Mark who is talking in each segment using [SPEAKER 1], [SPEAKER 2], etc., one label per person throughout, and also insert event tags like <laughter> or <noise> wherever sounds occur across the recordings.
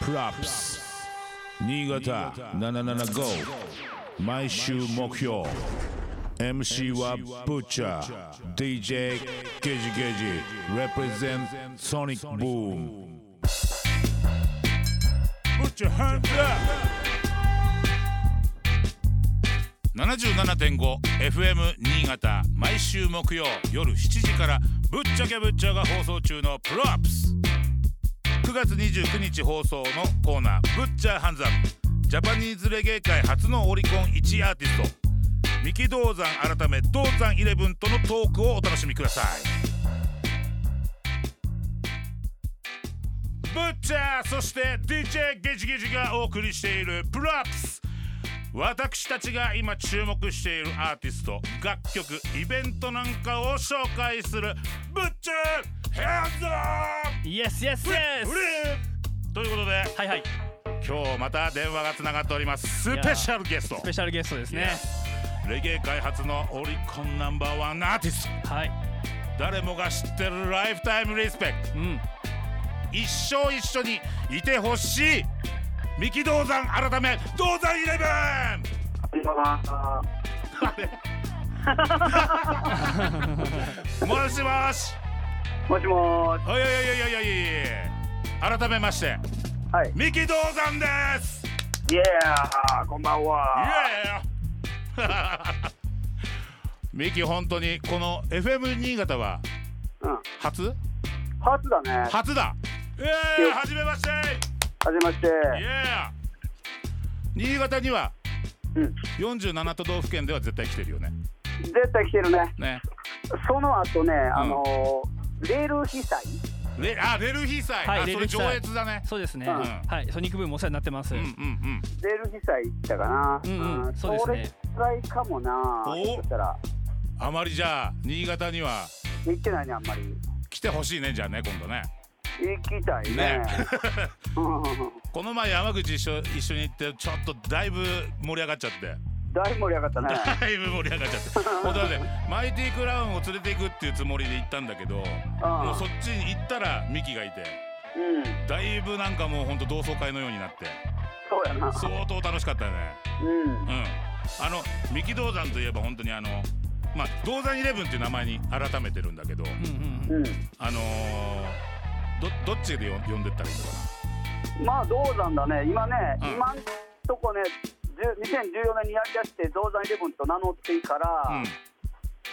[SPEAKER 1] プラップス新潟775毎週目標 MC はブッチャー DJ ゲジゲジ represent ソニックブーム Put your hands up!
[SPEAKER 2] 77.5FM 新潟毎週木曜夜7時から「ぶっちゃけぶっちゃ」が放送中の「プロアップス」9月29日放送のコーナー「ぶっちゃハンズアップ」ジャパニーズレゲエ界初のオリコン1アーティスト三木銅山改め銅山イレブンとのトークをお楽しみくださいぶっちゃーそして DJ ゲジゲジがお送りしている「プロアップス」私たちが今注目しているアーティスト楽曲イベントなんかを紹介する「ブッチャーヘンズアッ
[SPEAKER 3] イエスイエス
[SPEAKER 2] プ!フ
[SPEAKER 3] イエス
[SPEAKER 2] レー」ということで
[SPEAKER 3] はいはい
[SPEAKER 2] 今日また電話がつながっておりますスペシャルゲスト
[SPEAKER 3] スペシャルゲストですね
[SPEAKER 2] レゲエ開発のオリコンナンバーワンアーティスト
[SPEAKER 3] はい
[SPEAKER 2] 誰もが知ってるライフタイムリスペクト
[SPEAKER 3] うん
[SPEAKER 2] 一生一緒にいてほしい三木銅山改め銅山イレブン <laughs> もしもし
[SPEAKER 4] もしもーし。
[SPEAKER 2] はいやいやいやいやいやいや改めまして
[SPEAKER 4] はい。
[SPEAKER 2] 三木道山です
[SPEAKER 4] イエーこんばん
[SPEAKER 2] イ
[SPEAKER 4] は。
[SPEAKER 2] エーイ <laughs> ミキ本当にこの FM 新潟は
[SPEAKER 4] うん。
[SPEAKER 2] 初
[SPEAKER 4] 初だね。は
[SPEAKER 2] 初だイエーイはじめまして
[SPEAKER 4] じめまして。
[SPEAKER 2] イエーイ新潟には
[SPEAKER 4] うん。
[SPEAKER 2] 47都道府県では絶対来てるよね
[SPEAKER 4] 絶対来てるね。
[SPEAKER 2] ね
[SPEAKER 4] その後ね、あのー、レール被災
[SPEAKER 2] レあレルヒー祭、
[SPEAKER 3] はい
[SPEAKER 2] あ
[SPEAKER 3] レ
[SPEAKER 2] そ
[SPEAKER 3] ル
[SPEAKER 2] れ
[SPEAKER 3] ヒー
[SPEAKER 2] 上
[SPEAKER 3] 祭
[SPEAKER 2] 越だね
[SPEAKER 3] そうですね、
[SPEAKER 4] うん
[SPEAKER 3] はいソニックブームもお世話になってます、
[SPEAKER 2] うんうん
[SPEAKER 4] レール被災行ったかな。
[SPEAKER 3] うんうんそうですね
[SPEAKER 4] それくらいかもな。
[SPEAKER 2] お
[SPEAKER 4] ひょっとしたら。
[SPEAKER 2] うんあまりじゃあ新潟には
[SPEAKER 4] 行ってないね、あんまり。
[SPEAKER 2] 来てほしいねじゃあね今度ね
[SPEAKER 4] 行きたいね。
[SPEAKER 2] ね <laughs>
[SPEAKER 4] うん
[SPEAKER 2] この前山口一緒一緒に行ってちょっとだいぶ盛り上がっちゃって
[SPEAKER 4] 大盛り上がった
[SPEAKER 3] <laughs>
[SPEAKER 4] ね。
[SPEAKER 2] だいぶ盛り上がっちゃって本当はねマイティクラウンを連れていくっていうつもりで行ったんだけど
[SPEAKER 4] うん
[SPEAKER 2] もうそっちに行ったらミキがいて
[SPEAKER 4] うん。
[SPEAKER 2] だいぶなんかもうほんと同窓会のようになって
[SPEAKER 4] そうやな。
[SPEAKER 2] 相当楽しかったよね
[SPEAKER 4] うん
[SPEAKER 2] うん。あのミキ銅山といえば本当にあのまあ銅山イレブンっていう名前に改めてるんだけど
[SPEAKER 3] うんうんうん
[SPEAKER 4] うん。
[SPEAKER 2] あのーどどっちでよ呼んでったらいいのか
[SPEAKER 4] まあ銅山だね、今ね、
[SPEAKER 2] うん
[SPEAKER 4] 今んとこね、10 2014年にやりだして、銅山イレブンと名乗っていいから、
[SPEAKER 2] なうん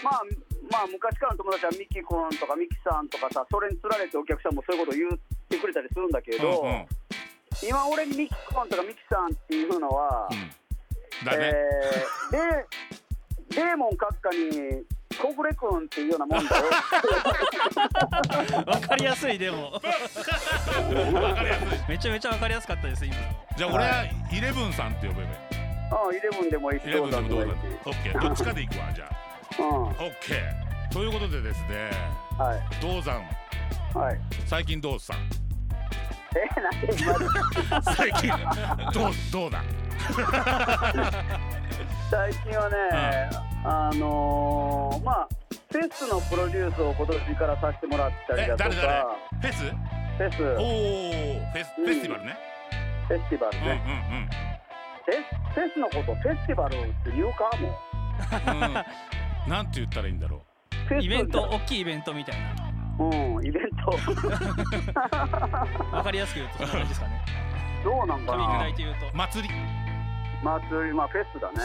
[SPEAKER 4] まあ、まあ、昔からの友達はミキ君とかミキさんとかさ、それにつられてお客さんもそういうこと言ってくれたりするんだけど、
[SPEAKER 2] うんうん
[SPEAKER 4] 今、俺にミキ君とかミキさんっていうのは、
[SPEAKER 2] うんだね
[SPEAKER 4] えー、で、デーモン閣下に、小暮君っていうようなも
[SPEAKER 2] <laughs>
[SPEAKER 4] んだよ。
[SPEAKER 3] わかりやすいでも
[SPEAKER 2] わかりやすい
[SPEAKER 3] めちゃめちゃわかりやすかったです今
[SPEAKER 2] じゃあ俺はイレブンさんって呼べばいい
[SPEAKER 4] うん、イレブンでもいいし、
[SPEAKER 2] イレブ
[SPEAKER 4] 銅
[SPEAKER 2] ンでも
[SPEAKER 4] 山で
[SPEAKER 2] どう
[SPEAKER 4] もい
[SPEAKER 2] だろ
[SPEAKER 4] いし
[SPEAKER 2] う。オッケーどっちかでいくわじゃ
[SPEAKER 4] うん、
[SPEAKER 2] あオッケーということでですね
[SPEAKER 4] はい、
[SPEAKER 2] 銅山
[SPEAKER 4] はい。
[SPEAKER 2] 最近どうさん
[SPEAKER 4] え、なんで今
[SPEAKER 2] 最近どうどうだ
[SPEAKER 4] 最近はね、あのー、まあフェスのプロデュースを今年からさせてもらったり
[SPEAKER 2] え
[SPEAKER 4] だと
[SPEAKER 2] 誰誰
[SPEAKER 4] か
[SPEAKER 2] フェス
[SPEAKER 4] フェス
[SPEAKER 2] おおフェ
[SPEAKER 4] フ
[SPEAKER 2] スフ
[SPEAKER 4] うん
[SPEAKER 2] ェスティバルね
[SPEAKER 4] ェスティバル
[SPEAKER 2] うん
[SPEAKER 4] ね、フェスフェスのことフェスティバルって言うか
[SPEAKER 2] う
[SPEAKER 4] も
[SPEAKER 2] んうんうんなんて言ったらいいんだろ
[SPEAKER 4] フェス
[SPEAKER 3] イベント大きいイベントみたいな
[SPEAKER 4] うんイベン
[SPEAKER 2] <laughs>
[SPEAKER 4] ト
[SPEAKER 3] わかりやすく言うとそんな感じですかね
[SPEAKER 4] どうなんか
[SPEAKER 3] 噛み
[SPEAKER 4] な
[SPEAKER 3] 砕いて言うと
[SPEAKER 2] う祭り
[SPEAKER 4] 祭りまあフェスだね、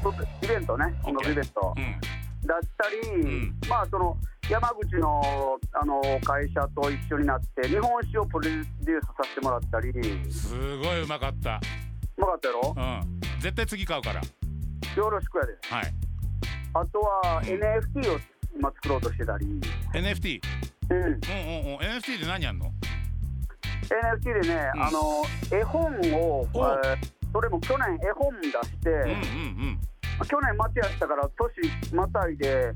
[SPEAKER 4] ちょっとイベントね音楽イベント
[SPEAKER 2] うんうん
[SPEAKER 4] だったり、
[SPEAKER 2] ん
[SPEAKER 4] まあその山口のあの会社と一緒になって日本酒をプロデュースさせてもらったりう
[SPEAKER 2] すごいうまかった
[SPEAKER 4] まかったやろ
[SPEAKER 2] うん絶対次買うから
[SPEAKER 4] よろしくやで
[SPEAKER 2] はい
[SPEAKER 4] あとは NFT を今作ろうとしてたり、
[SPEAKER 2] NFT
[SPEAKER 4] うん、
[SPEAKER 2] うんうんうん NFT で何やんの
[SPEAKER 4] NFT でね、
[SPEAKER 2] うん
[SPEAKER 4] あの絵本を、え
[SPEAKER 2] お
[SPEAKER 4] ーそれも去年絵本出して、
[SPEAKER 2] うんうんうん
[SPEAKER 4] 去年待てやしたから年またいで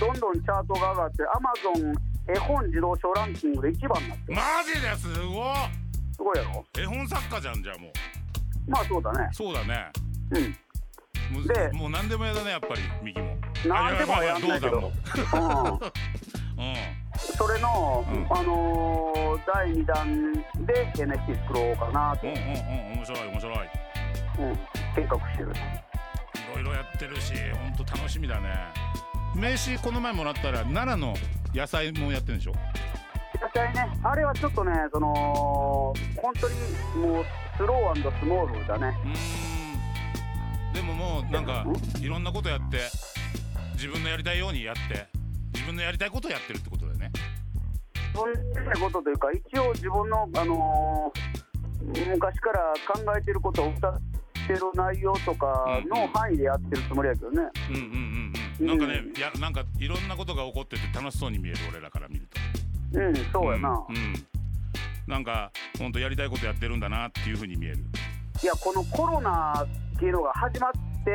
[SPEAKER 4] どんどんチャートが上がって Amazon 絵本自動書ランキングで一番になって
[SPEAKER 2] マジですごい
[SPEAKER 4] すごいやろ
[SPEAKER 2] 絵本作家じゃんじゃあもう
[SPEAKER 4] まあそうだね
[SPEAKER 2] そうだね
[SPEAKER 4] うん
[SPEAKER 2] もう
[SPEAKER 4] で
[SPEAKER 2] もう何でもやだねやっぱり右も
[SPEAKER 4] 何でもやんないけど
[SPEAKER 2] あいやいやまあまあ銅
[SPEAKER 4] うん
[SPEAKER 2] 山も
[SPEAKER 4] それの、
[SPEAKER 2] うん
[SPEAKER 4] あのー第2弾で NFT 作ろうかなと、
[SPEAKER 2] うんうんうん面白い面白いい
[SPEAKER 4] うん計画してる
[SPEAKER 2] ろいろやってるし本当楽しみだね名刺この前もらったら奈良の野菜もやってるんでしょ
[SPEAKER 4] 野菜ねあれはちょっとねその本当にもうスロースモールだね
[SPEAKER 2] うーんでももうなんかいろんなことやって自分のやりたいようにやって自分のやりたいことをやってるってことだよね
[SPEAKER 4] 自分のことというか一応自分の、あのー昔から考えてることを歌ってる内容とか
[SPEAKER 2] うんう
[SPEAKER 4] の
[SPEAKER 2] ん
[SPEAKER 4] 範囲でやってるつもりやけどね、
[SPEAKER 2] うんうんうんうんなんかねいやなんかいろんなことが起こってて楽しそうに見える俺らから見ると
[SPEAKER 4] うん、そうやな、
[SPEAKER 2] うん、うんなんか本当やりたいことやってるんだなっていうふうに見える
[SPEAKER 4] いやこのコロナっていうのが始まって、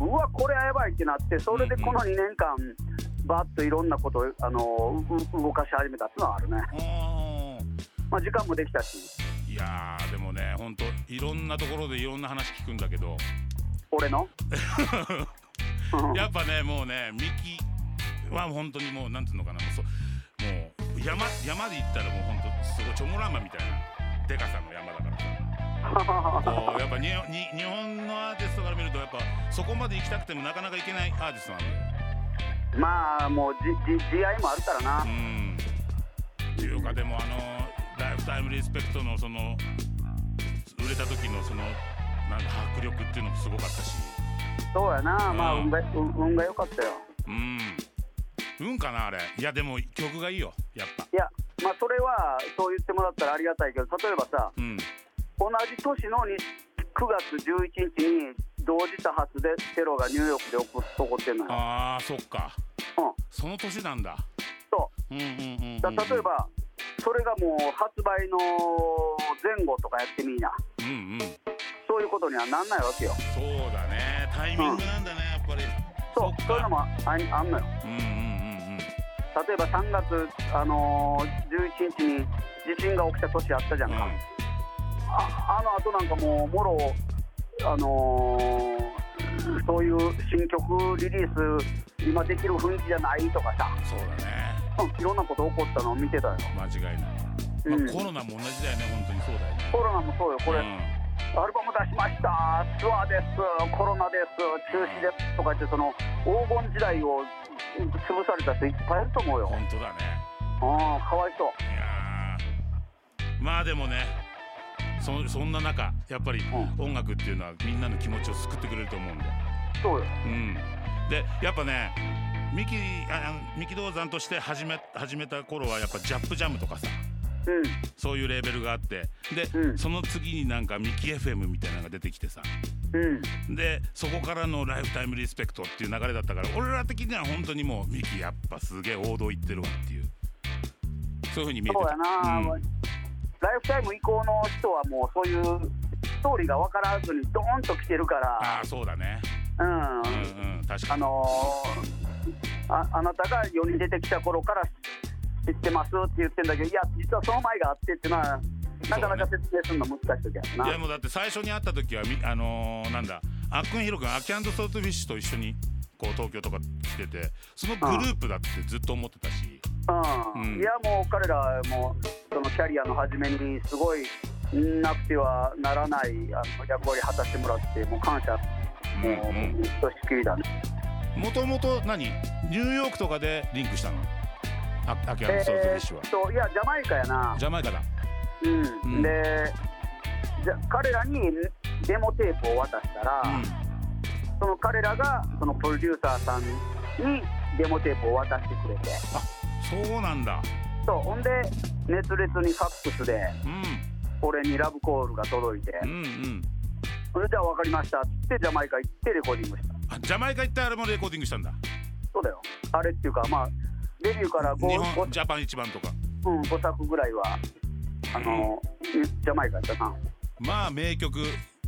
[SPEAKER 2] うん
[SPEAKER 4] うわこれやばいってなってそれで
[SPEAKER 2] うんうん
[SPEAKER 4] この2年間バッといろんなことを、あのーう動かし始めたっていうのはあるね、
[SPEAKER 2] おー
[SPEAKER 4] まあ、時間もできたし
[SPEAKER 2] いやーでもね本当いろんなところでいろんな話聞くんだけど <laughs>
[SPEAKER 4] 俺のうん
[SPEAKER 2] やっぱねもうねミキは本当にもうなんていうのかなもうそうもう山山で行ったらもう本当すごいチョモランマみたいなでかさの山だからこうやっぱにに日本のアーティストから見るとやっぱそこまで行きたくてもなかなか行けないアーティストなんだよ
[SPEAKER 4] まあもうじじ慈愛もあるからな
[SPEAKER 2] うんっていうかでもあのライフタイムリスペクトのその売れた時のそのなんか迫力っていうのもすごかったし
[SPEAKER 4] そうやな、まあ
[SPEAKER 2] うん
[SPEAKER 4] 運が運運が良かったよ
[SPEAKER 2] うんうんかなあれいやでも曲がいいよやっぱ
[SPEAKER 4] いやまあそれはそう言ってもらったらありがたいけど例えばさ
[SPEAKER 2] うん
[SPEAKER 4] 同じ年のに9月11日に同時多発でテロがニューヨークで起こ起こってんのよ、
[SPEAKER 2] あーそっか
[SPEAKER 4] うん、
[SPEAKER 2] その年なんだ
[SPEAKER 4] そ
[SPEAKER 2] うんうんうん、うん、
[SPEAKER 4] うだ例えばそれがもう発売の前後とかやってみいな
[SPEAKER 2] うんうんそう
[SPEAKER 4] そういうことにはなんないわけよ
[SPEAKER 2] だねタイミングなんだねやっぱり
[SPEAKER 4] そう
[SPEAKER 2] そっか
[SPEAKER 4] そういうのもああんのよ
[SPEAKER 2] うんうんうんうん
[SPEAKER 4] 例えば3月、あのー、11日に地震が起きた年あったじゃんか、ああの後なんかもうもろ、あのーそういう新曲リリース今できる雰囲気じゃないとかさ、 <laughs>
[SPEAKER 2] そうだね
[SPEAKER 4] うん、いろんなこと起こったのを見てたよ、
[SPEAKER 2] 間違いない、まあ
[SPEAKER 4] うん、
[SPEAKER 2] コロナも同じだよね本当にそうだよね
[SPEAKER 4] コロナもそうよこれ、
[SPEAKER 2] うん
[SPEAKER 4] アルバム出しましたツアーですコロナです中止ですとか言ってその黄金時代をうん潰された人いっぱいいると思うよ、うん、
[SPEAKER 2] 本当だね
[SPEAKER 4] かわいそう
[SPEAKER 2] いやーまあでもねそそんな中やっぱり
[SPEAKER 4] う
[SPEAKER 2] 音楽っていうのはみんなの気持ちを救ってくれると思うんで、
[SPEAKER 4] そうよ
[SPEAKER 2] うん、でやっぱねミキああミキ銅山として始め始めた頃はやっぱジャップジャムとかさ
[SPEAKER 4] うん
[SPEAKER 2] そういうレーベルがあってで、
[SPEAKER 4] うん
[SPEAKER 2] その次になんかミキ FM みたいなのが出てきてさ
[SPEAKER 4] うん
[SPEAKER 2] でそこからの「ライフタイムリスペクト」っていう流れだったから俺ら的には本当にもうミキやっぱすげえ王道行ってるわっていうそういうふうに見えて
[SPEAKER 4] そう
[SPEAKER 2] た
[SPEAKER 4] やな、
[SPEAKER 2] うん
[SPEAKER 4] ライフタイム以降の人はもうそういうストーリーが分からずにドーンと来てるか
[SPEAKER 2] あ
[SPEAKER 4] ら
[SPEAKER 2] あそうだね
[SPEAKER 4] うん、
[SPEAKER 2] うんうん確か
[SPEAKER 4] あ
[SPEAKER 2] に
[SPEAKER 4] のーああなたが世に出てきた頃から知ってますって言ってんだけどいや実はその前があってっていうのはなかなか説明するの難しい時やない
[SPEAKER 2] やもうだって最初に会った時はみあのーなんだあっくんひろくんアキャンドソルトフィッシュと一緒にこう東京とか来ててそのグループだってずっと思ってたし
[SPEAKER 4] うん
[SPEAKER 2] うん
[SPEAKER 4] いやもう彼らもそのキャリアの初めにすごいなくてはならないあの役割果たしてもらってもう感謝
[SPEAKER 2] う
[SPEAKER 4] も
[SPEAKER 2] ん
[SPEAKER 4] う
[SPEAKER 2] うん
[SPEAKER 4] ひとしきりだね
[SPEAKER 2] もともと何ニューヨークとかでリンクしたのあアキャンドソルトフィ
[SPEAKER 4] え
[SPEAKER 2] ッシュ
[SPEAKER 4] ー
[SPEAKER 2] は
[SPEAKER 4] っ、といやジャマイカやな、
[SPEAKER 2] ジャマイカだ
[SPEAKER 4] うん
[SPEAKER 2] うん
[SPEAKER 4] でじゃ彼らにデモテープを渡したら、
[SPEAKER 2] う
[SPEAKER 4] その彼らがそのプロデューサーさんにデモテープを渡してくれて
[SPEAKER 2] んそうなんだ
[SPEAKER 4] そうほんで熱烈にファックスで
[SPEAKER 2] うん
[SPEAKER 4] 俺にラブコールが届いて、
[SPEAKER 2] うんうん
[SPEAKER 4] それじゃあ分かりましたっつってジャマイカ行ってレコーディングした
[SPEAKER 2] あジャマイカ行ってあれもレコーディングしたんだ
[SPEAKER 4] そうだよあれっていうかまあデビューから
[SPEAKER 2] 日
[SPEAKER 4] 5,
[SPEAKER 2] 本ジャパン一番とか
[SPEAKER 4] うん、5作ぐらいはあの、ジャマイカやったな
[SPEAKER 2] まあ名曲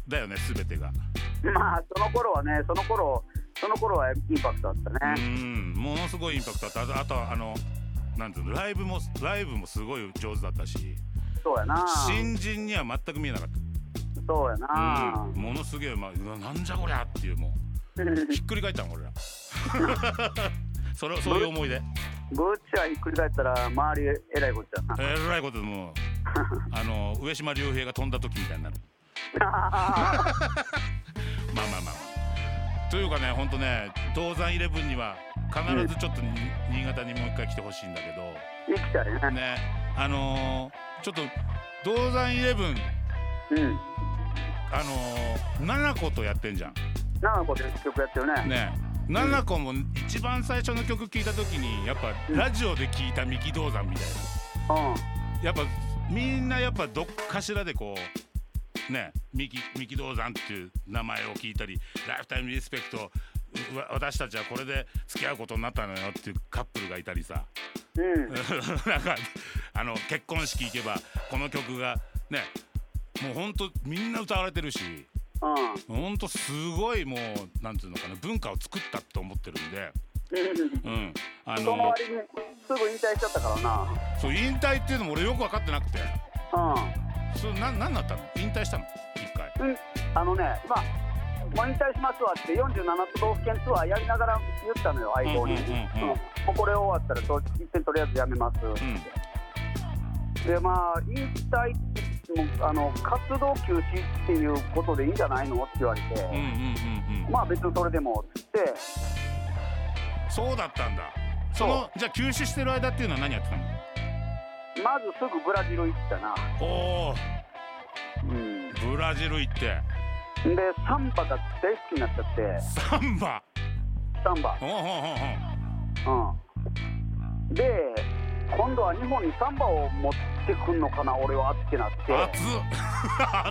[SPEAKER 2] だよね全てが
[SPEAKER 4] <laughs> まあその頃はねその頃その頃はインパクトあった
[SPEAKER 2] う
[SPEAKER 4] ね、
[SPEAKER 2] んものすごいインパクトあったあとあとはあのなんていうのライブもライブもすごい上手だったし
[SPEAKER 4] そうやな
[SPEAKER 2] 新人には全く見えなかっ
[SPEAKER 4] そうやな
[SPEAKER 2] た、、うん、ものすげえ、まあ、うわなんじゃこりゃ <laughs>
[SPEAKER 4] <laughs>
[SPEAKER 2] っていうもうひっくり返ったもん俺らそれそういう思い出
[SPEAKER 4] ぶっちゃひっくり返ったら周りえらいこっちゃな
[SPEAKER 2] えらいことで <laughs> もうあの上島竜兵が飛んだ時みたいになるまあまあまあというかねほんとね銅山イレブンには必ずちょっとに新潟にもう一回来てほしいんだけど
[SPEAKER 4] <laughs> 生きたいね
[SPEAKER 2] ねあのーちょっと銅山イレブン
[SPEAKER 4] うん
[SPEAKER 2] あのー、七子とやってんじゃん
[SPEAKER 4] 長子で曲やってるね
[SPEAKER 2] ね七子も一番最初の曲聴いた時にやっぱ
[SPEAKER 4] うん
[SPEAKER 2] ラジオで聴いた三木銅山みたいな
[SPEAKER 4] う
[SPEAKER 2] やっぱみんなやっぱどっかしらでこうね三木三木道山っていう名前を聞いたりライフタイムリスペクトうわ私たちはこれで付き合うことになったのよっていうカップルがいたりさ <laughs>
[SPEAKER 4] んうん
[SPEAKER 2] なんかあの結婚式行けばこの曲がねもうほんとみんな歌われてるし
[SPEAKER 4] うん
[SPEAKER 2] ほんとすごいもうなんていうのかな文化を作ったと思ってるんで、うん、あ
[SPEAKER 4] その
[SPEAKER 2] の
[SPEAKER 4] 割にすぐ引退しちゃったからな
[SPEAKER 2] そう引退っていうのも俺よく分かってなくて
[SPEAKER 4] う
[SPEAKER 2] それな何だったの引退したの一回。
[SPEAKER 4] ん、うん、あのねまあもう引退しますわって47都道府県ツアーやりながら言ったのよ相棒に、
[SPEAKER 2] うんうんうんうん
[SPEAKER 4] もうこれ終わったらと一戦とりあえずやめます、
[SPEAKER 2] う
[SPEAKER 4] でまあ引退もうあの活動休止っていうことでいいんじゃないのって言われて、
[SPEAKER 2] んうんうんうんうん
[SPEAKER 4] まあ別にそれでもっつって
[SPEAKER 2] そうだったんだそのじゃあ休止してる間っていうのは何やってた
[SPEAKER 4] まずすぐブラジル行ったな
[SPEAKER 2] のおお
[SPEAKER 4] うん
[SPEAKER 2] ブラジル行って
[SPEAKER 4] でサンバが大好きになっちゃって
[SPEAKER 2] サンバ
[SPEAKER 4] サンバ
[SPEAKER 2] おおおお
[SPEAKER 4] うん、で今度は日本にサンバを持ってくんのかな俺はってな
[SPEAKER 2] おお
[SPEAKER 4] っ
[SPEAKER 2] 熱っ <laughs>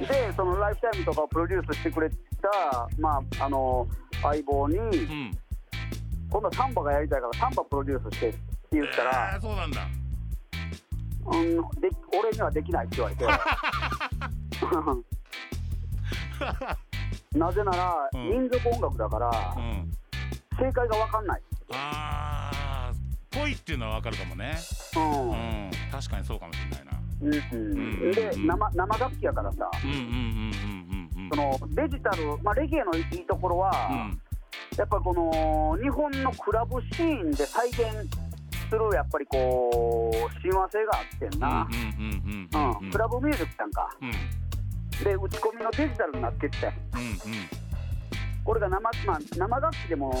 [SPEAKER 2] 熱
[SPEAKER 4] てでそのライフタイムとかをプロデュースしてくれた、まあ、あの相棒に
[SPEAKER 2] っうん
[SPEAKER 4] 今度はサンバがやりたいからサンバプロデュースしてって言った
[SPEAKER 2] え
[SPEAKER 4] ら、
[SPEAKER 2] ーそうなんだ
[SPEAKER 4] うん、で俺にはできないって言
[SPEAKER 2] <laughs>
[SPEAKER 4] われてなぜなら、
[SPEAKER 2] うん
[SPEAKER 4] 民族音楽だから、
[SPEAKER 2] うん
[SPEAKER 4] 正解が分かんない、
[SPEAKER 2] あーぽいっていうのはわかるかもね
[SPEAKER 4] うん
[SPEAKER 2] うん確かにそうかもしれないな
[SPEAKER 4] うん
[SPEAKER 2] うん
[SPEAKER 4] で生生楽器やからさ
[SPEAKER 2] うんうんうんうんうんうん
[SPEAKER 4] そのデジタル、まあ、レゲエのいいところは、
[SPEAKER 2] うん
[SPEAKER 4] やっぱこの日本のクラブシーンで再現するやっぱりこう親和性があってんな、
[SPEAKER 2] うんうん
[SPEAKER 4] う
[SPEAKER 2] うんんうんうん
[SPEAKER 4] クラブミュージックなんか
[SPEAKER 2] うん
[SPEAKER 4] で打ち込みのデジタルになってって
[SPEAKER 2] うんうん
[SPEAKER 4] これが生,、まあ、生楽器でも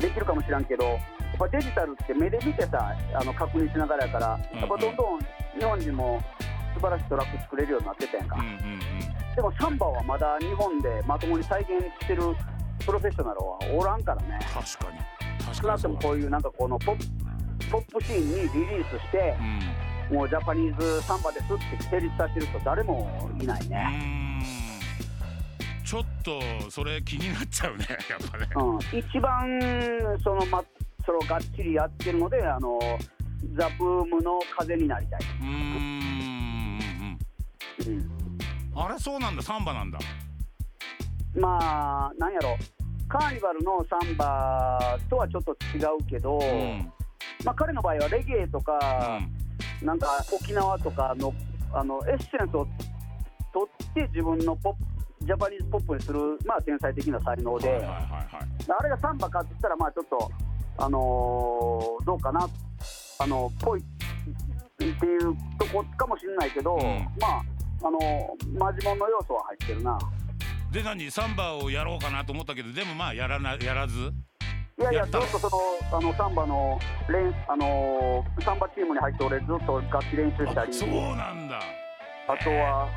[SPEAKER 4] できるかもしらんけどやっぱデジタルって目で見てさあの確認しながらやから
[SPEAKER 2] うん
[SPEAKER 4] やっぱどんどん日本人も素晴らしいトラック作れるようになってたやんか、
[SPEAKER 2] うんうんうん
[SPEAKER 4] でもサンバはまだ日本でまともに再現してるプロフェッショナルはおらんからね
[SPEAKER 2] 確かに確
[SPEAKER 4] 少な
[SPEAKER 2] かに
[SPEAKER 4] くともこういうなんかこのポップポップシーンにリリースして
[SPEAKER 2] う、んう
[SPEAKER 4] もうジャパニーズサンバですって成立させてる人誰もいないね、
[SPEAKER 2] ーんちょっとそれ気になっちゃうねやっぱね
[SPEAKER 4] うん、一番その、ま、そのがっちりやってるのであのザ・ブームの風になりたい、
[SPEAKER 2] うーんうん
[SPEAKER 4] うん、
[SPEAKER 2] うんあれそうなんだサンバなんだ
[SPEAKER 4] まあなんやろカーニバルのサンバとはちょっと違うけど、
[SPEAKER 2] うん
[SPEAKER 4] まあ、彼の場合はレゲエとか、なんか沖縄とかのあのエッセンスを取って自分のポップジャパニーズポップにする、まあ、天才的な才能で、
[SPEAKER 2] はいはいはいはい
[SPEAKER 4] あれがサンバかって言ったらまあちょっと、あのーどうかなあのぽいっていうとこかもしれないけど、
[SPEAKER 2] うん
[SPEAKER 4] まああのマジモンの要素は入ってるな。
[SPEAKER 2] で何サンバをやろうかなと思ったけどでもまあやらなやらず
[SPEAKER 4] いやい
[SPEAKER 2] や
[SPEAKER 4] や、
[SPEAKER 2] っ
[SPEAKER 4] ず
[SPEAKER 2] た
[SPEAKER 4] っとそのあのサンバの練、あのーサンバチームに入って、俺、ずっと楽器練習した
[SPEAKER 2] あ
[SPEAKER 4] り、
[SPEAKER 2] そうなんだ
[SPEAKER 4] あとは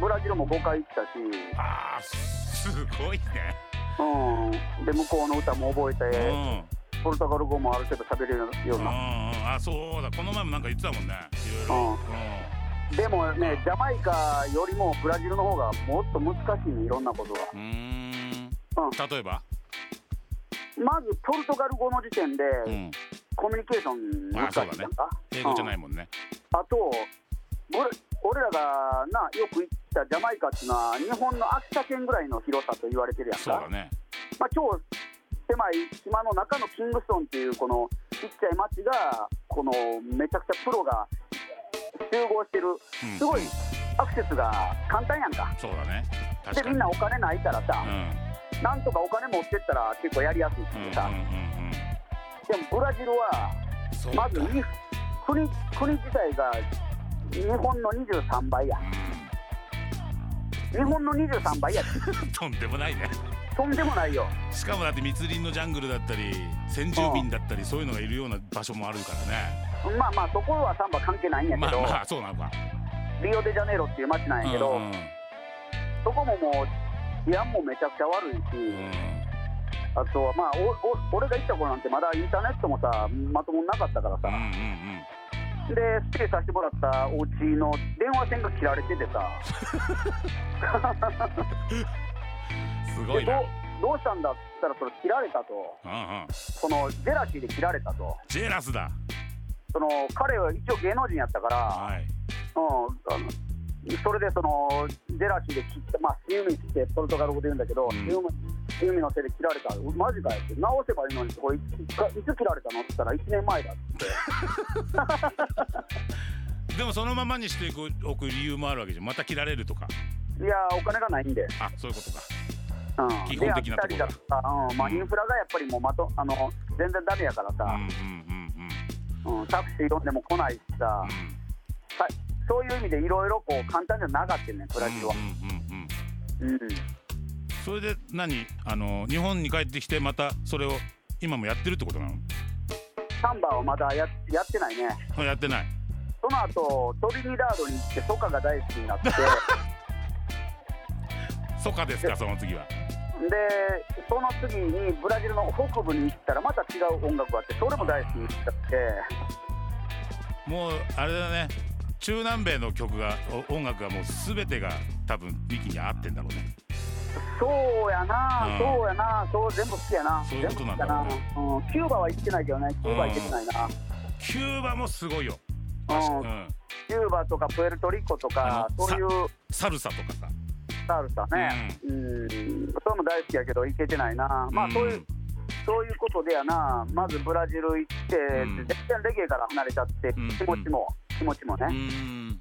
[SPEAKER 4] ブラジルも5回行ったし、
[SPEAKER 2] あーすごいね
[SPEAKER 4] うん、で向こうの歌も覚え
[SPEAKER 2] うんうん
[SPEAKER 4] て、ポルトガル語もある程度喋れるよう
[SPEAKER 2] うん
[SPEAKER 4] な、
[SPEAKER 2] あそうだこの前もなんか言ってたもんねいろいろ
[SPEAKER 4] でもね、ジャマイカよりもブラジルの方がもっと難しいね、いろんなことが。
[SPEAKER 2] うんうーん
[SPEAKER 4] うん
[SPEAKER 2] 例えば
[SPEAKER 4] まずポルトガル語の時点で、
[SPEAKER 2] うん
[SPEAKER 4] コミュニケーション難しいじゃんか。、
[SPEAKER 2] 英語じゃないいもんね
[SPEAKER 4] あと俺俺らがなよく行ったジャマイカっていうのは日本の秋田県ぐらいの広さと言われてるやんか
[SPEAKER 2] そうだね
[SPEAKER 4] まあ、超狭い島の中のキングストンっていうこのちっちゃい町がこのめちゃくちゃプロが集合してる
[SPEAKER 2] うん
[SPEAKER 4] すごいアクセスが簡単やんか
[SPEAKER 2] そうだね確
[SPEAKER 4] で
[SPEAKER 2] か
[SPEAKER 4] みん
[SPEAKER 2] に
[SPEAKER 4] なお金ないからさ
[SPEAKER 2] うん
[SPEAKER 4] なんとかお金持ってったら結構やりやすいっていう
[SPEAKER 2] う
[SPEAKER 4] さ
[SPEAKER 2] んうんうん
[SPEAKER 4] でもブラジルは
[SPEAKER 2] そう
[SPEAKER 4] ま
[SPEAKER 2] か
[SPEAKER 4] ずに国国自体が日本の23倍や日本の23倍や
[SPEAKER 2] とん <laughs> でもないね
[SPEAKER 4] とんでもないよ
[SPEAKER 2] しかもだって密林のジャングルだったり先住民だったりそういうのがいるような場所もあるからね
[SPEAKER 4] まあまあそこはサンバ関係ないんやけ
[SPEAKER 2] まあ
[SPEAKER 4] ど、
[SPEAKER 2] まあそうなのか
[SPEAKER 4] リオデジャネイロっていう街なんやけど、
[SPEAKER 2] うんうん
[SPEAKER 4] そこももう治安もめちゃくちゃ悪いし、あとはまあおお俺が行った頃なんてまだインターネットもさまともになかったから
[SPEAKER 2] うんうん
[SPEAKER 4] さ、でステイさせてもらったお家の電話線が切られててさ
[SPEAKER 2] うんうんすご
[SPEAKER 4] で
[SPEAKER 2] い
[SPEAKER 4] ど
[SPEAKER 2] な
[SPEAKER 4] うどうしたんだっつったらそれ切られたと
[SPEAKER 2] うんうん
[SPEAKER 4] そのジェラシーで切られたと
[SPEAKER 2] ジェラスだ
[SPEAKER 4] その彼は一応芸能人やったから、
[SPEAKER 2] はい
[SPEAKER 4] うん、あのそれでそのジェラシーで切って、まあ、シウミってポルトガル語で言うんだけど、
[SPEAKER 2] うん
[SPEAKER 4] シウミシウミの手で切られた、マジかよって、直せばいいのに、これいつ、いつ切られたのって言ったら、1年前だって、
[SPEAKER 2] でもそのままにしておく理由もあるわけじゃんまた切られるとか
[SPEAKER 4] いやー、お金がないんで、
[SPEAKER 2] あそういうことか
[SPEAKER 4] うん、
[SPEAKER 2] 基本的なところ
[SPEAKER 4] であったりだとか、うんまあ、
[SPEAKER 2] うん
[SPEAKER 4] インフラがやっぱりもうまとあの全然ダメやから
[SPEAKER 2] うん
[SPEAKER 4] さ
[SPEAKER 2] うん、うん
[SPEAKER 4] うんタクシー呼んでも来ないしさ
[SPEAKER 2] うんう、ん
[SPEAKER 4] さそういう意味でいろいろ簡単じゃなかったよね、ブラジルは
[SPEAKER 2] う。んうんうん
[SPEAKER 4] うん
[SPEAKER 2] それで何あの日本に帰ってきてまたそれを今もやってるってことなの
[SPEAKER 4] サンバはまだややってないね。
[SPEAKER 2] やってない
[SPEAKER 4] その後トリニダードに行ってソカが大好きになってで
[SPEAKER 2] ソカですかその次は
[SPEAKER 4] その次にブラジルの北部に行ったらまた違う音楽があってそれも大好きになっちゃって
[SPEAKER 2] もうあれだね中南米の曲がお音楽がもう全てが多分ミキに合ってんだろうね
[SPEAKER 4] そうやな、
[SPEAKER 2] うん
[SPEAKER 4] そうやなそう全部好きやな
[SPEAKER 2] そういうことなんだろうね
[SPEAKER 4] 全部好きやな、うん、キューバは行ってないけどねキューバ行けてないな、
[SPEAKER 2] キューバもすごいよ、
[SPEAKER 4] うん
[SPEAKER 2] うん、
[SPEAKER 4] キューバとかプエルトリコとか
[SPEAKER 2] あの
[SPEAKER 4] そういう
[SPEAKER 2] サルサとかさ
[SPEAKER 4] サルサねうん、それも大好きやけど行けてないなまあそういう、
[SPEAKER 2] うん
[SPEAKER 4] そういうことでやなまずブラジル行って、
[SPEAKER 2] ん
[SPEAKER 4] 全然レゲエから離れちゃって、
[SPEAKER 2] ん
[SPEAKER 4] 気持ちも気持ちもね、
[SPEAKER 2] うん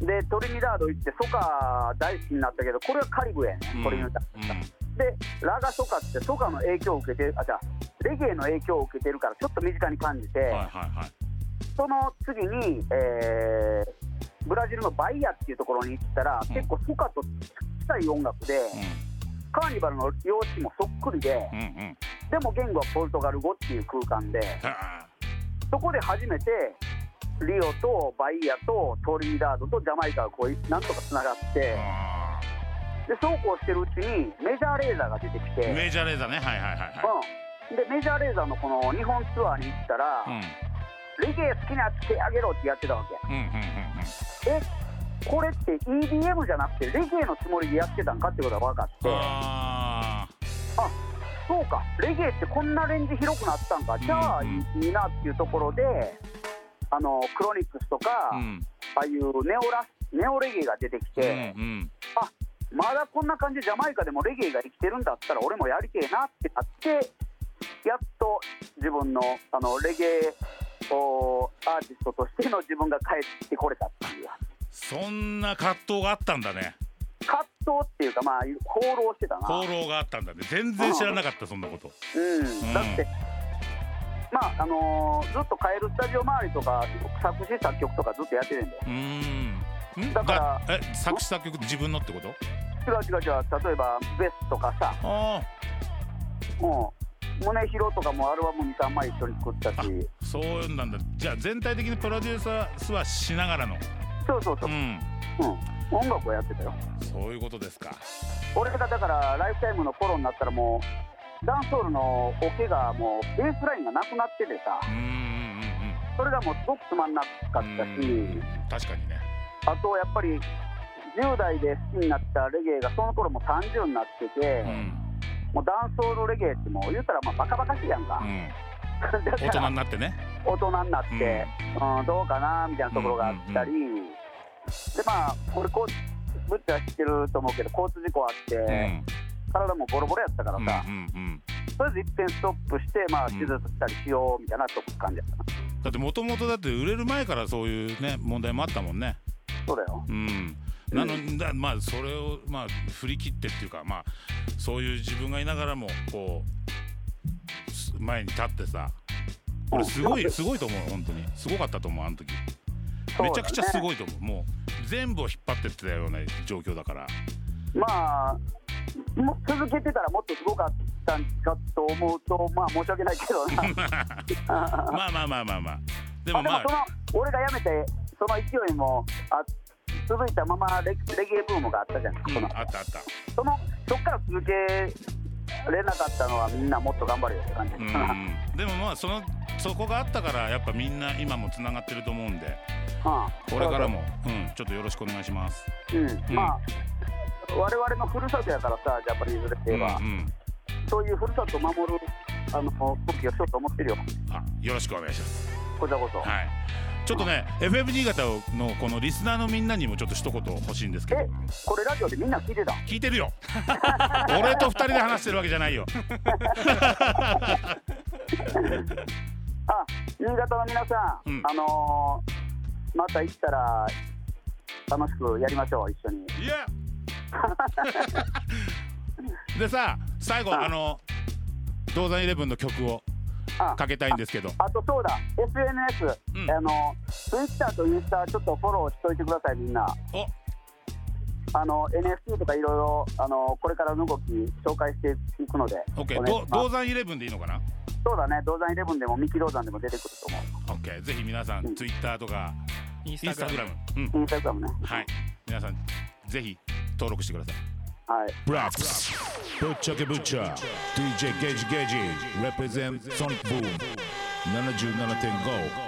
[SPEAKER 4] でトリニダード行ってソカ大好きになったけどこれはカリブやね、
[SPEAKER 2] うん
[SPEAKER 4] トリニダードでラガソカってソカの影響を受けてあじゃあレゲエの影響を受けてるからちょっと身近に感じて、
[SPEAKER 2] はいはいはい
[SPEAKER 4] その次に、えーブラジルのバイヤっていうところに行ったら、
[SPEAKER 2] うん
[SPEAKER 4] 結構ソカと近い音楽で、カーニバルの様式もそっくりで、
[SPEAKER 2] うんうんうん
[SPEAKER 4] でも言語はポルトガル語っていう空間で
[SPEAKER 2] は
[SPEAKER 4] そこで初めてリオとバイヤとトリニダードとジャマイカがこうなんとかつながって。
[SPEAKER 2] あ
[SPEAKER 4] でそうこうしてるうちにメジャーレーザーが出てきて、
[SPEAKER 2] あーメジャーレーザーねはいはいはいは
[SPEAKER 4] うん、でメジャーレーザーのこの日本ツアーに行ったら、
[SPEAKER 2] い
[SPEAKER 4] レゲエ好きなやつ手あげろってやってたわ
[SPEAKER 2] うんうんうんうんうん
[SPEAKER 4] けえこれって EDM じゃなくてレゲエのつもりでやってたんかってことが分かってあ
[SPEAKER 2] あ
[SPEAKER 4] そうかレゲエってこんなレンジ広くなったんかじゃあ
[SPEAKER 2] うんうん
[SPEAKER 4] いいなっていうところであのクロニクスとか、
[SPEAKER 2] あうん
[SPEAKER 4] ああいうネオラネオレゲエが出てき
[SPEAKER 2] うんう
[SPEAKER 4] て、
[SPEAKER 2] ん
[SPEAKER 4] まだこんな感じでジャマイカでもレゲエが生きてるんだったら俺もやりてえなってなってやっと自分のあのレゲエおアーティストとしての自分が帰ってこれたっていう
[SPEAKER 2] そんな葛藤があったんだね
[SPEAKER 4] 葛藤っていうかまあ放浪してたな、
[SPEAKER 2] 功労があったんだね全然知らなかったそんなこと
[SPEAKER 4] うん、だって、まああのーずっとカエルスタジオ周りとか作詞作曲とかずっとやってるんで
[SPEAKER 2] うーんん
[SPEAKER 4] だから
[SPEAKER 2] がえ作詞作曲自分のってこと
[SPEAKER 4] 違う違う違う例えばベスとかさ
[SPEAKER 2] あ
[SPEAKER 4] もう胸広とかもアルバム23枚一緒に作ったし
[SPEAKER 2] あそうなんだじゃあ全体的にプロデューサーはしながらの
[SPEAKER 4] そうそうそう
[SPEAKER 2] う、ん
[SPEAKER 4] うん、音楽をやってたよ
[SPEAKER 2] そういうことですか
[SPEAKER 4] 俺がだからライフタイムの頃になったらもうダンスホールのオケがもうベースラインがなくなっててさ
[SPEAKER 2] うーん
[SPEAKER 4] それがもうすごくつまんなかっ
[SPEAKER 2] うんうん
[SPEAKER 4] た
[SPEAKER 2] う
[SPEAKER 4] し
[SPEAKER 2] ん確かにね
[SPEAKER 4] あとやっぱり10代で好きになったレゲエがその頃もう30になってて、
[SPEAKER 2] うん
[SPEAKER 4] もうダンスホールレゲエってもう言うたらまあバカバカしいやんか、
[SPEAKER 2] うん
[SPEAKER 4] <laughs> だか
[SPEAKER 2] 大人
[SPEAKER 4] ら
[SPEAKER 2] になってね
[SPEAKER 4] 大人になって、うんどうかなみたいなところがあったり、でまあ俺こうぶっちゃ知ってると思うけど交通事故あって、
[SPEAKER 2] うん
[SPEAKER 4] 体もボロボロやったから
[SPEAKER 2] う
[SPEAKER 4] さ、
[SPEAKER 2] んうんうん
[SPEAKER 4] とりあえず一遍ストップして、まあ、
[SPEAKER 2] ん
[SPEAKER 4] 手術したりしようみたいなとこ感じやったな、
[SPEAKER 2] だってもともとだって売れる前からそういうね問題もあったもんね
[SPEAKER 4] そうだよ
[SPEAKER 2] うんなのにだまあそれをまあ振り切ってっていうかまあそういう自分がいながらもこうす前に立ってさ俺すごいすごいと思う本当にすごかったと思うあの時めちゃくちゃす
[SPEAKER 4] い
[SPEAKER 2] ごいと思うもう全部を引っ張ってってたような状況だから
[SPEAKER 4] まあもう続けてたらもっとすごかったんかと思うとまあ申し訳ないけどな
[SPEAKER 2] まあまあまあまあまあで
[SPEAKER 4] まあ
[SPEAKER 2] もま
[SPEAKER 4] でも
[SPEAKER 2] あ
[SPEAKER 4] その俺が辞めてその勢いもあ続いたままレレゲエブームがあったじゃん
[SPEAKER 2] うん
[SPEAKER 4] その
[SPEAKER 2] あったあ <laughs> った
[SPEAKER 4] そのそっから続けれなかったのはみんなもっと頑張れよって感じ、 <laughs>
[SPEAKER 2] うんでもまあそのそこがあったからやっぱみんな今もつながってると思うんでこれからも、うん、ちょっとよろしくお願いします
[SPEAKER 4] うん、
[SPEAKER 2] うん
[SPEAKER 4] まあ我々のふるさとやからさジャパニーズレス
[SPEAKER 2] う
[SPEAKER 4] で
[SPEAKER 2] ん、う
[SPEAKER 4] は、
[SPEAKER 2] ん、
[SPEAKER 4] そういうふるさとを守るあの空気をしようと思ってるよ
[SPEAKER 2] あよろしくお願いします
[SPEAKER 4] こちらこそ、
[SPEAKER 2] はいちょっとね FM 新潟のこのリスナーのみんなにもちょっと一言欲しいんですけど
[SPEAKER 4] えこれラジオでみんな聞いてた
[SPEAKER 2] 聞いてるよ <laughs> 俺と二人で話してるわけじゃないよ <laughs>
[SPEAKER 4] あ新潟の皆さん、
[SPEAKER 2] うん
[SPEAKER 4] あのーまた行ったら楽しくやりましょう一緒に
[SPEAKER 2] いや <laughs> でさ最後
[SPEAKER 4] あ
[SPEAKER 2] あの銅山イレブンの曲を
[SPEAKER 4] あ
[SPEAKER 2] かけたいんですけど
[SPEAKER 4] あとそうだ SNS、
[SPEAKER 2] うん
[SPEAKER 4] あの Twitter とインスタちょっとフォローしといてくださいみんな
[SPEAKER 2] お
[SPEAKER 4] あの NFT とかいろいろあのこれからの動き紹介していくので
[SPEAKER 2] オッケー
[SPEAKER 4] お願
[SPEAKER 2] ど
[SPEAKER 4] いします
[SPEAKER 2] 銅山イレブンでいいのかな
[SPEAKER 4] そうだね銅山イレブンでも三木銅山でも出てくると思
[SPEAKER 2] オッケーぜひ皆さんツイッターとか
[SPEAKER 3] インス
[SPEAKER 2] イン
[SPEAKER 3] タ
[SPEAKER 2] スタ
[SPEAKER 3] グ
[SPEAKER 2] グ
[SPEAKER 3] ラ
[SPEAKER 2] ラ
[SPEAKER 3] ム
[SPEAKER 2] ムうん
[SPEAKER 4] うインスタグラムね
[SPEAKER 2] はい皆さんぜひ登録してください
[SPEAKER 4] はい
[SPEAKER 1] ブラックスぶっちゃけぶっちゃ DJ ゲージゲージ represent ソニックブーム77.5